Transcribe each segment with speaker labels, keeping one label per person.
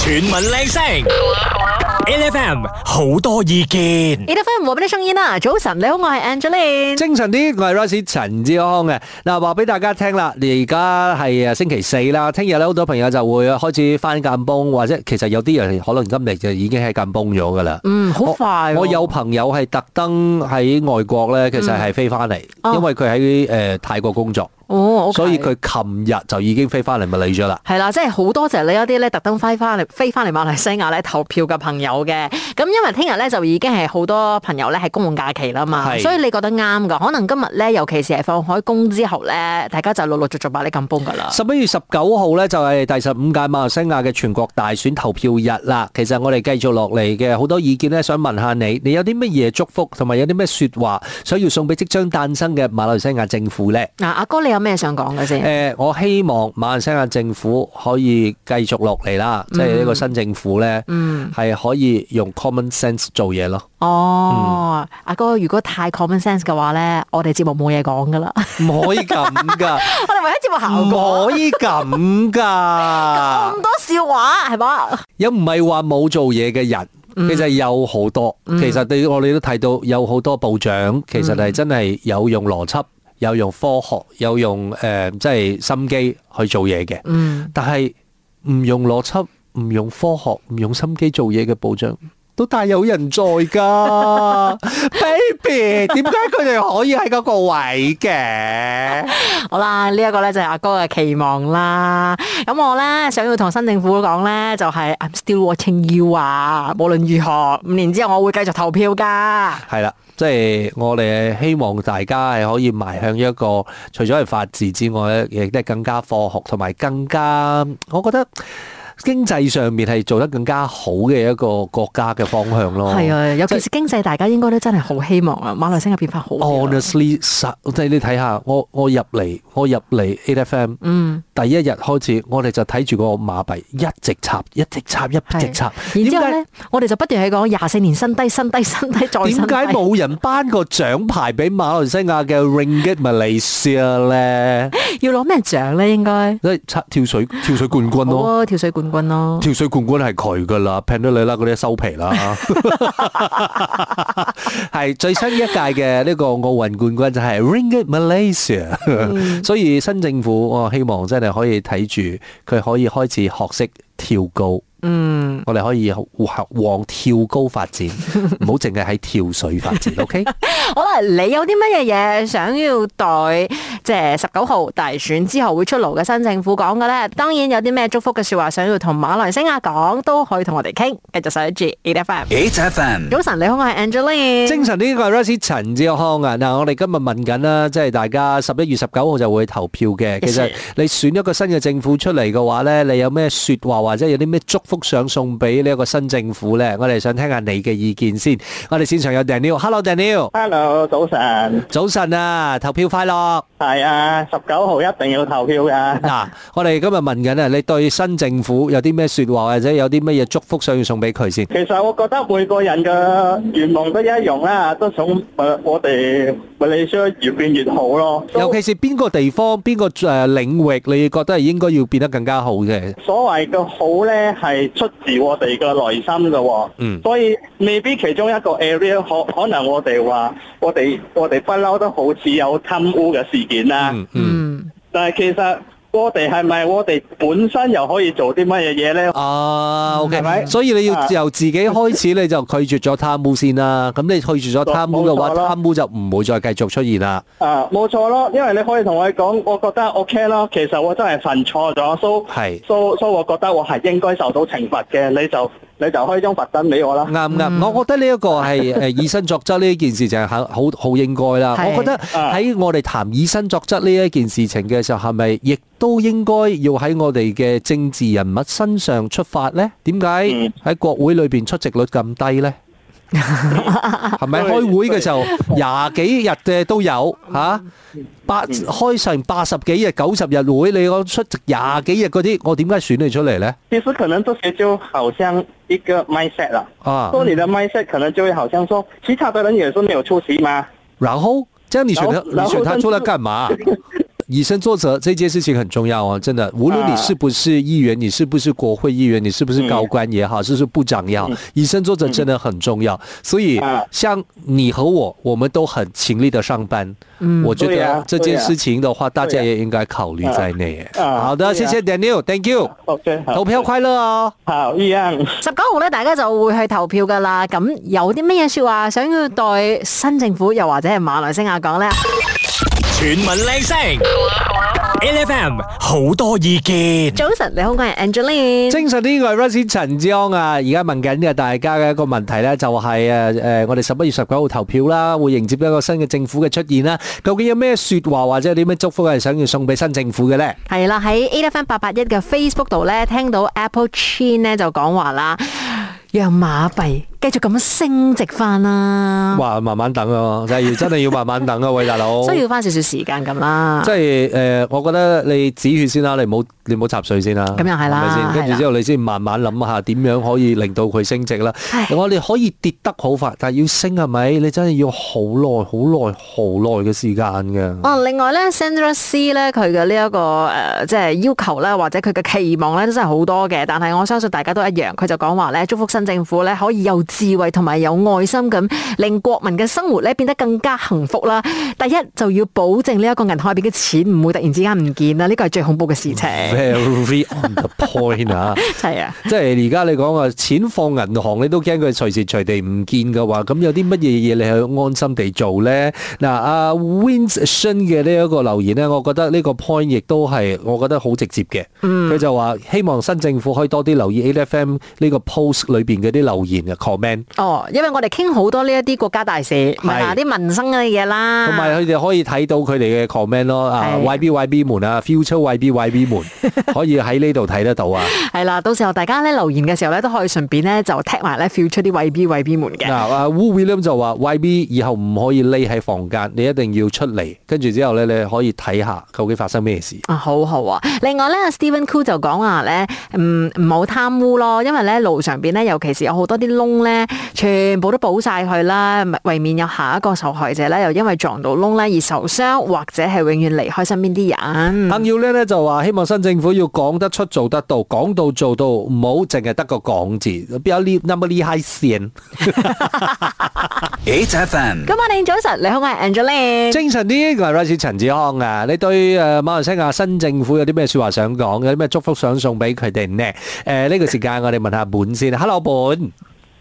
Speaker 1: 全民靚聲，LFM 好多意見。
Speaker 2: E F M 和俾啲聲音啦，早晨你好，我係 Angeline。
Speaker 3: 精神啲，我係 Royce 陳志康嘅。嗱，話俾大家聽啦，你而家係誒星期四啦，聽日咧好多朋友就會開始翻緊工，或者其實有啲人可能今日就已經係緊工咗噶啦。
Speaker 2: 嗯，好快喎
Speaker 3: 我。我有朋友係特登喺外國咧，其實係飛翻嚟，
Speaker 2: 哦
Speaker 3: 因為佢喺誒泰國工作，
Speaker 2: 哦，OK
Speaker 3: 所以佢琴日就已經飛翻嚟咪嚟咗啦。
Speaker 2: 係啦，即係好多謝你一啲咧特登飛翻嚟飛翻嚟馬來西亞咧投票嘅朋友嘅。咁因為聽日咧就已經係好多朋友咧係公共假期啦嘛，
Speaker 3: 係
Speaker 2: 所以你覺得啱噶。可能今日咧，尤其是係放開工之後咧，大家就陸陸續續把你咁崩噶啦。
Speaker 3: 十一月十九號咧就係第十五屆馬來西亞嘅全國大選投票日啦。其實我哋繼續落嚟嘅好多意見咧，想問下你，你有啲乜嘢祝福同埋有啲咩説話想要送俾即將誕生嘅馬來西亞政府呢？
Speaker 2: 嗱，啊阿哥你有咩想講嘅
Speaker 3: 誒、
Speaker 2: 先？
Speaker 3: 我希望馬來西亞政府可以繼續落嚟啦，即係呢個新政府呢，係、
Speaker 2: 嗯
Speaker 3: 可以用 common sense 做嘢咯。
Speaker 2: 哦，阿哥如果太 common sense 嘅話咧，我哋節目冇嘢講噶啦，
Speaker 3: 唔可以咁噶，
Speaker 2: 我哋為咗節目效果。
Speaker 3: 唔可以
Speaker 2: 咁
Speaker 3: 咁噶。
Speaker 2: 多笑話係嘛？
Speaker 3: 又唔係話冇做嘢嘅人。其實有好多，其實你我哋都睇到有好多部長，其實係真係有用邏輯、有用科學、有用誒、呃即係心機去做嘢嘅。
Speaker 2: 嗯，
Speaker 3: 但係唔用邏輯、唔用科學、唔用心機做嘢嘅部長，都大有人在㗎，baby。點解佢哋可以喺嗰個位嘅？
Speaker 2: 好啦，呢、一個咧就係阿哥嘅期望啦。咁我咧想要同新政府講咧，就係、I'm still watching you 啊！無論如何，五年之後我會繼續投票噶。
Speaker 3: 係啦，即係我哋希望大家係可以邁向一個除咗係法治之外咧，亦都係更加科學同埋更加，我覺得經濟上面係做得更加好嘅一個國家嘅方向咯。
Speaker 2: 係啊，尤其是經濟，大家應該都真係好希望啊！馬來西亞變化好
Speaker 3: 哦
Speaker 2: 嘅。
Speaker 3: Honestly，實即係你睇下，我我入嚟，我入嚟 A F M
Speaker 2: 嗯，
Speaker 3: 第一日開始，我哋就睇住個馬幣一直插，一直插，一直插。
Speaker 2: 然之後
Speaker 3: 點解
Speaker 2: 咧，我哋就不斷去講廿四年新低、新低、新低再
Speaker 3: 點
Speaker 2: 新低。
Speaker 3: 解冇人頒個獎牌俾馬來西亞嘅 Ringgit Malaysia 咧？
Speaker 2: 要攞咩獎咧？應該
Speaker 3: 即係插跳水跳水冠軍
Speaker 2: 好
Speaker 3: 咯。
Speaker 2: 啊，跳水冠軍咯。
Speaker 3: 跳水冠軍係佢噶啦 p a n d l a 啦嗰啲收皮啦， 係最新一屆嘅呢個奧運冠軍就係 Ringgit
Speaker 2: 嗯
Speaker 3: Malaysia，所以新政府我希望真係可以睇住佢可以開始學識跳高，
Speaker 2: 嗯。
Speaker 3: 我哋可以往跳高發展，唔好淨係喺跳水發展，OK？
Speaker 2: 好啦，你有啲乜嘢嘢想要代即係十九號大選之後會出爐嘅新政府講嘅咧？當然有啲咩祝福嘅说話想要同馬來西亞講，都可以同我哋傾。繼續守住 e f m
Speaker 1: HFM
Speaker 2: 早晨，你好，我係 Angeline。
Speaker 3: 精神呢個係 Rosie 陳志康啊！嗱，我哋今日問緊啦，即係大家十一月十九號就會投票嘅。
Speaker 2: Yes,
Speaker 3: 其實你選一個新嘅政府出嚟嘅話咧，你有咩説話或者有啲咩祝福想送俾呢一個新政府咧？我哋想聽下你嘅意見先。我哋現場有 Daniel，Hello Daniel，
Speaker 4: Hello，早晨，
Speaker 3: 早晨啊，投票快樂！
Speaker 4: 系啊，十九号一定要投票噶。
Speaker 3: 嗱，我哋今日問緊啊，你對新政府有啲咩説話或者有啲乜嘢祝福想要送俾佢先？
Speaker 4: 其實我覺得每個人嘅願望都一樣啦，都想呃我哋馬來西亞越變越好咯。
Speaker 3: 尤其是邊個地方、邊個誒領域，你覺得係應該要變得更加好嘅？
Speaker 4: 所謂嘅好呢，係出自我哋嘅內心嘅喎、
Speaker 3: 嗯
Speaker 4: 所以未必其中一個 area 可可能我哋話我哋我哋不嬲都好似有貪污嘅事件啦。
Speaker 3: 嗯嗯。
Speaker 2: 嗯，
Speaker 4: 但係其實我哋係咪我哋本身又可以做啲乜嘢嘢呢？
Speaker 3: 啊，OK，
Speaker 4: 係咪
Speaker 3: 所以你要
Speaker 4: 啊
Speaker 3: 由自己開始，你就拒絕咗貪污先啦。咁你拒絕咗貪污嘅話，
Speaker 4: 冇錯啦
Speaker 3: 貪污就唔會再繼續出現啦。
Speaker 4: 啊，冇錯咯，因為你可以同佢講，我覺得 OK 咯，其實我真係犯錯咗，so
Speaker 3: 係
Speaker 4: so so，我覺得我係應該受到懲罰嘅，你就你就開張罰單俾我啦。
Speaker 3: 啱啱，我覺得呢一個係誒以身作則呢一件事情係好好應該啦。
Speaker 2: 係
Speaker 3: 我覺得喺我哋談以身作則呢一件事情嘅時候，係咪亦都應該要喺我哋嘅政治人物身上出發呢？點解
Speaker 4: 嗯
Speaker 3: 喺國會裏邊出席率咁低 呢？係咪
Speaker 4: 對
Speaker 3: 開會嘅時候廿幾日嘅都有嚇？八開成八十幾日、九十日會，你講出席廿幾日嗰啲，我點解選你出嚟呢？
Speaker 4: 其實可能這些就好像一個 mindset 啦，
Speaker 3: 啊！
Speaker 4: 說你的 mindset 可能就會好像說，其他的人也是沒有出席嘛。
Speaker 3: 然后这样你选他，
Speaker 4: 然后
Speaker 3: 你选他出来干嘛？以身作则这件事情很重要哦，真的。无
Speaker 4: 啊
Speaker 3: 论你是不是议员，你是不是国会议员，你是不是高官也好，是不是部长也好，
Speaker 4: 嗯
Speaker 3: 以身作则真的很重要。所以
Speaker 4: 啊，
Speaker 3: 像你和我，我们都很勤力的上班。嗯，我觉
Speaker 4: 对
Speaker 3: 得
Speaker 4: 呀
Speaker 3: 这件事情的话，大家
Speaker 4: 对
Speaker 3: 也应该考虑在内。
Speaker 4: 啊
Speaker 3: 好的，
Speaker 4: 对
Speaker 3: 谢
Speaker 4: 呀
Speaker 3: 谢 Daniel，Thank you，
Speaker 4: OK，好
Speaker 3: 投票快乐哦。
Speaker 4: 好，一样。
Speaker 2: 十九號咧，大家就會去投票噶啦。咁有啲咩嘢说話想要對新政府又或者係馬來西亞講呢？
Speaker 1: 全民靚聲，LFM 好多意見。
Speaker 2: 早晨，你好，我係 Angeline。
Speaker 3: 精神呢個係 Rusty 陳志安啊，而家問緊嘅大家嘅一個問題咧，就係誒誒，我哋十一月十九號投票啦，會迎接一個新嘅政府嘅出現啦。究竟有咩説話或者有啲咩祝福係想要送俾新政府嘅咧？
Speaker 2: 係啦，喺 A F M 八八一嘅 Facebook 度咧，聽到 Apple Chin 咧就講話啦，讓馬幣繼續咁升值翻啦，
Speaker 3: 哇，慢慢等啊，真係要真係要慢慢等啊，喂 大佬。
Speaker 2: 需要翻少少時間咁啦
Speaker 3: 即。係誒、呃我覺得你止血先啦，你唔好你唔好插水先啦，
Speaker 2: 咁又係啦
Speaker 3: 係咪
Speaker 2: 係
Speaker 3: 先？
Speaker 2: 啦
Speaker 3: 跟住之後你先慢慢諗下點樣可以令到佢升值啦
Speaker 2: 唉。
Speaker 3: 我哋可以跌得好快，但係要升係咪？你真係要好耐、好耐、好耐嘅時間嘅。
Speaker 2: 哦，另外咧，Sandra C 咧佢嘅呢一個誒、呃即係要求咧，或者佢嘅期望咧，都真係好多嘅。但係我相信大家都一樣，佢就講話咧，祝福新政府咧可以有智慧同埋有愛心咁，令國民嘅生活咧變得更加幸福啦。第一就要保證呢一個銀行入邊嘅錢唔會突然之間唔見啦，呢個係最恐怖嘅事情。
Speaker 3: Very on the point 啊！
Speaker 2: 係啊。
Speaker 3: 即係而家你講啊，錢放銀行你都驚佢隨時隨地唔見嘅話，咁有啲乜嘢嘢你去安心地做咧？嗱、阿 Wins Shin 嘅呢一個留言咧，我覺得呢個 point 亦都係我覺得好直接嘅。佢、就話希望新政府可以多啲留意 AFM 呢個 post 裏邊嗰啲留言嘅 comment。
Speaker 2: 哦，因為我哋傾好多呢一啲國家大事，問下啲民生嘅嘢啦。
Speaker 3: 同埋佢哋可以睇到佢哋嘅 comment 咯，啊
Speaker 2: 啊係
Speaker 3: YB YB 們啊，Future YB YB 們可以喺呢度睇得到啊。
Speaker 2: 係啦，到時候大家咧留言嘅時候咧，都可以順便咧就踢埋咧 future 啲位 B 位 B 們嘅。
Speaker 3: 嗱，阿 Wu William 就話：YB 以後唔可以匿喺房間，你一定要出嚟，跟住之後咧，你可以睇下究竟發生咩事。
Speaker 2: 啊，好好啊！另外咧，Steven Cool 就講話咧，唔唔好貪污咯，因為咧路上邊咧，尤其是有好多啲窿咧，全部都補晒佢啦，為免有下一個受害者咧，又因為撞到窿咧而受傷，或者係永遠離開身邊啲人。
Speaker 3: 鄧耀咧咧就話：希望新政府要講得出、做得到，講到做到，唔好淨係得個講字，邊有呢 number 呢 high 線？
Speaker 1: 8FM，
Speaker 2: 咁我哋早晨，你好，我係 Angeline。
Speaker 3: 精神啲，我係 Rice 陳志康啊！你對誒馬來西亞新政府有啲咩説話想講？有啲咩祝福想送俾佢哋呢？誒、呢、個時間我哋問下本先，Hello 本，誒、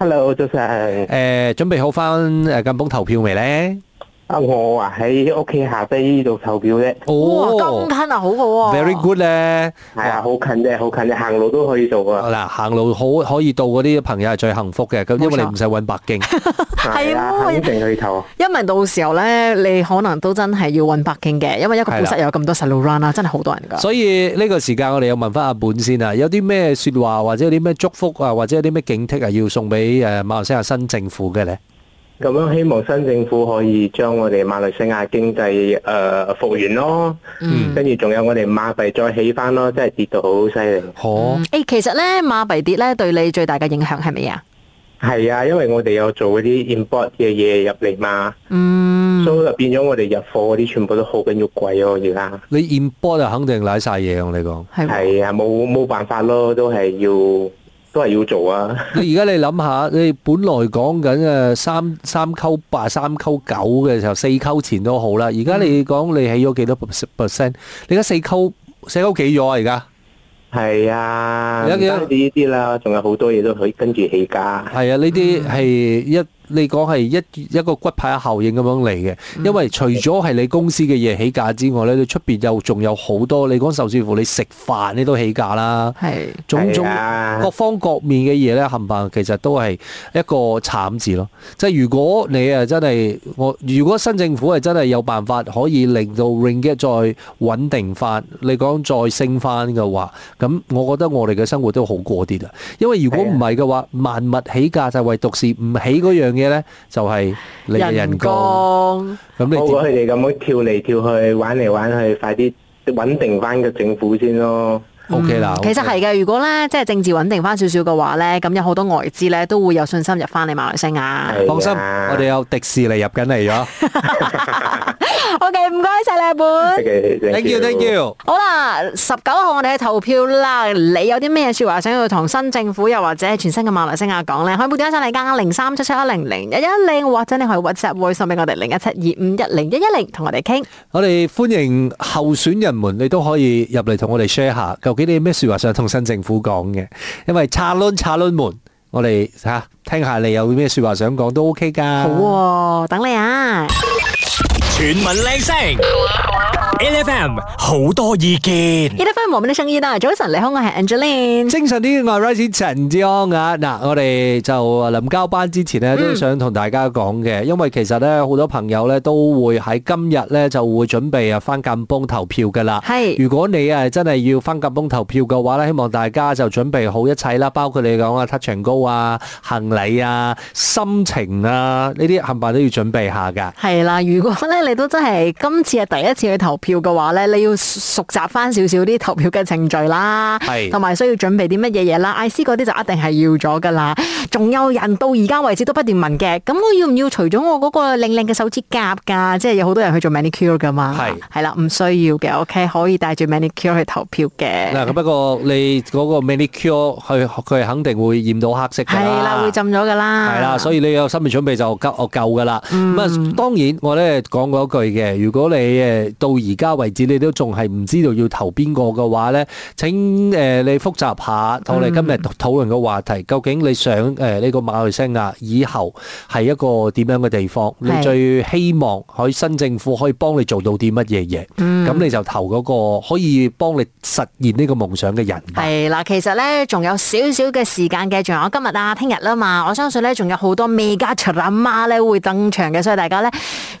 Speaker 4: Hello，早晨。
Speaker 3: 準備好翻誒近邦投票未呢？
Speaker 4: 啊，我啊喺屋企下低呢度投票啫。
Speaker 2: 哇，咁近啊，好好喎。
Speaker 3: 哦 Very good 咧，
Speaker 4: 係啊，好近啫，好近啫，行路都可以做啊。
Speaker 3: 嗱行路好可以到嗰啲朋友係最幸福嘅，咁因為你唔使揾北京，
Speaker 2: 係
Speaker 4: 啊，
Speaker 2: 喎
Speaker 4: 肯定去投。
Speaker 2: 因為到時候咧，你可能都真係要揾北京嘅，因為一個
Speaker 3: 係
Speaker 2: 本
Speaker 3: 啦
Speaker 2: 室有咁多細路 run 啦，真係好多人㗎。
Speaker 3: 所以呢個時間我哋又問翻阿本先啊，有啲咩説話或者有啲咩祝福啊，或者有啲咩警惕啊，要送俾誒馬來西亞新政府嘅咧？
Speaker 4: 咁樣希望新政府可以將我哋馬來西亞經濟誒、呃、復原咯，
Speaker 2: 嗯
Speaker 4: 跟住仲有我哋馬幣再起翻咯，真係跌到好犀利。
Speaker 3: 可
Speaker 2: 誒、其實咧馬幣跌咧對你最大嘅影響係乜嘢啊？
Speaker 4: 係啊，因為我哋有做嗰啲 import 嘅嘢入嚟嘛，
Speaker 2: 嗯，
Speaker 4: 所以就變咗我哋入貨嗰啲全部都好緊要貴咯，而家
Speaker 3: 你 import 就肯定舐晒嘢，我同你講。
Speaker 2: 係喎。
Speaker 4: 係啊，冇冇辦法咯，都係要都係要做啊。
Speaker 3: 你而家你諗下，你本來講緊誒三三溝八、三溝九嘅時候，四溝前都好啦。而家你講你起咗幾多 percent？你而家四溝四溝幾咗啊？而家？
Speaker 4: 係啊，
Speaker 3: 有
Speaker 4: 唔
Speaker 3: 幾多
Speaker 4: 單止呢啲啦，仲有好多嘢都可以跟住起價。
Speaker 3: 係啊，呢啲係一你講係一一個骨牌效應咁樣嚟嘅，因為除咗係你公司嘅嘢起價之外咧，你出邊又仲有好多，你講甚至乎你食飯你都起價啦，
Speaker 2: 係
Speaker 3: 種種
Speaker 4: 係啊
Speaker 3: 各方各面嘅嘢咧，冚唪唥其實都係一個慘字咯。即係如果你啊真係我，如果新政府係真係有辦法可以令到 ringgit 再穩定翻，你講再升翻嘅話，咁我覺得我哋嘅生活都好過啲啦。因為如果唔係嘅話，萬物起價就唯獨是唔起嗰樣嘢咧，就係你嘅人工。
Speaker 2: 工
Speaker 3: 咁你
Speaker 4: 好過
Speaker 3: 點
Speaker 4: 佢哋咁樣跳嚟跳去，玩嚟玩去，快啲穩定翻個政府先咯。
Speaker 3: OK 啦？
Speaker 2: 嗯其實
Speaker 3: OK
Speaker 2: 係嘅。如果咧即係政治穩定翻少少嘅話咧，咁有好多外資咧都會有信心入翻嚟馬來西亞。
Speaker 4: 係啊
Speaker 3: 放心，我哋有迪士尼入緊嚟咗。
Speaker 2: OK，唔該晒你阿本。
Speaker 3: ，thank you，thank you。
Speaker 2: 好啦，十九號我哋去投票啦。你有啲咩说話想要同新政府又或者係全新嘅馬來西亞講呢？可以撥電話上嚟加零三七七一零零一一零，或者你可以 WhatsApp voice 俾我哋零一七二五一零一一零，同我哋傾。
Speaker 3: 我哋歡迎候選人們，你都可以入嚟同我哋 share 下，究竟你有咩说話想同新政府講嘅？因為差輪差輪們，我哋吓、啊、听下你有咩说話想講都 OK 噶。
Speaker 2: 好、啊喎，等你啊！
Speaker 1: chuyển mình lên sóng, LFM, nhiều ý kiến.
Speaker 2: 一分 E 和美的聲音啦，啊早晨，你好，我係 Angeline。
Speaker 3: 精神啲嘅我係 Rice 陳志安啊！嗱，我哋就臨交班之前咧，都想同大家講嘅，因為其實咧好多朋友咧都會喺今日咧就會準備啊翻緊幫投票噶啦。
Speaker 2: 係
Speaker 3: 如果你啊真係要翻緊幫投票嘅話咧，希望大家就準備好一切啦，包括你講啊 touch and go 啊、行李啊、心情啊呢啲冚唪唥都要準備 下㗎。
Speaker 2: 係啦，如果咧你都真係今次係第一次去投票嘅話咧，你要熟習翻少少啲投票嘅程序啦，
Speaker 3: 係
Speaker 2: 同埋需要準備啲乜嘢嘢啦，IC 嗰啲就一定係要咗噶啦。仲有人到而家為止都不斷問嘅，咁我要唔要除咗我嗰個靚靚嘅手指甲㗎？即係有好多人去做 manicure 噶嘛，
Speaker 3: 係
Speaker 2: 係啦，唔需要嘅，OK，可以帶住 manicure 去投票嘅。
Speaker 3: 嗱，咁不過你嗰個 manicure 佢佢肯定會染到黑色㗎
Speaker 2: 係啦，會浸咗噶啦，
Speaker 3: 係啦，所
Speaker 2: 以
Speaker 3: 以你有心理準備就夠我夠噶啦。啊咁啊、當然我咧講嗰句嘅，如果你誒到而家為止你都仲係唔知道要投邊個嘅話咧，請誒、呃你複習下，同我哋今日討論嘅話題，究竟你想誒呃呢、個馬來西亞以後係一個點樣嘅地方？你
Speaker 2: 係
Speaker 3: 最希望喺新政府可以幫你做到啲乜嘢嘢？咁、你就投嗰個可以幫你實現呢個夢想嘅人吧。
Speaker 2: 系啦，其實咧仲有少少嘅時間嘅，仲有今日啊、聽日啦嘛，我相信咧仲有好多未家長阿媽咧會登場嘅，所以大家咧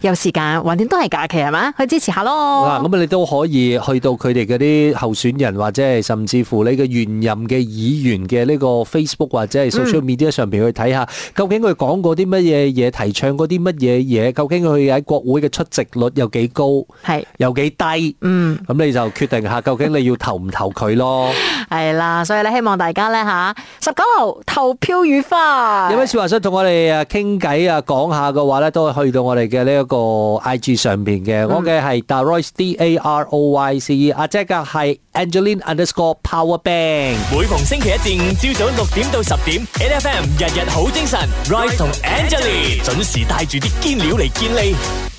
Speaker 2: 有時間，橫掂都係假期係咪？去支持下
Speaker 3: 嗱，
Speaker 2: 咯。
Speaker 3: 咁你都可以去到佢哋嗰啲候選人，或者係甚至乎你嘅現任嘅議員嘅呢個 Facebook 或者係 social media 上邊去睇下，究竟佢講過啲乜嘢嘢，提倡嗰啲乜嘢嘢，究竟佢喺國會嘅出席率有幾高，
Speaker 2: 係
Speaker 3: 有幾低？嗯，咁你就決定下究竟你要投唔投佢咯。
Speaker 2: 係啦，所以咧希望大家咧吓十九號投票愉快。
Speaker 3: 有咩説話想同我哋啊傾偈啊講下嘅話咧，都可以去到我哋嘅呢一個 I G 上邊嘅。我嘅係 Daroy D A R O Y C E，阿姐嘅係 Angeline Underscore Power Bank。
Speaker 1: Mỗi tuần thứ hai đến thứ năm, sáng sớm từ 6 giờ đến 10 giờ, LFM, ngày ngày tốt tinh thần. Rise và Angelie, đúng giờ mang theo những kiến thức để kiến lập.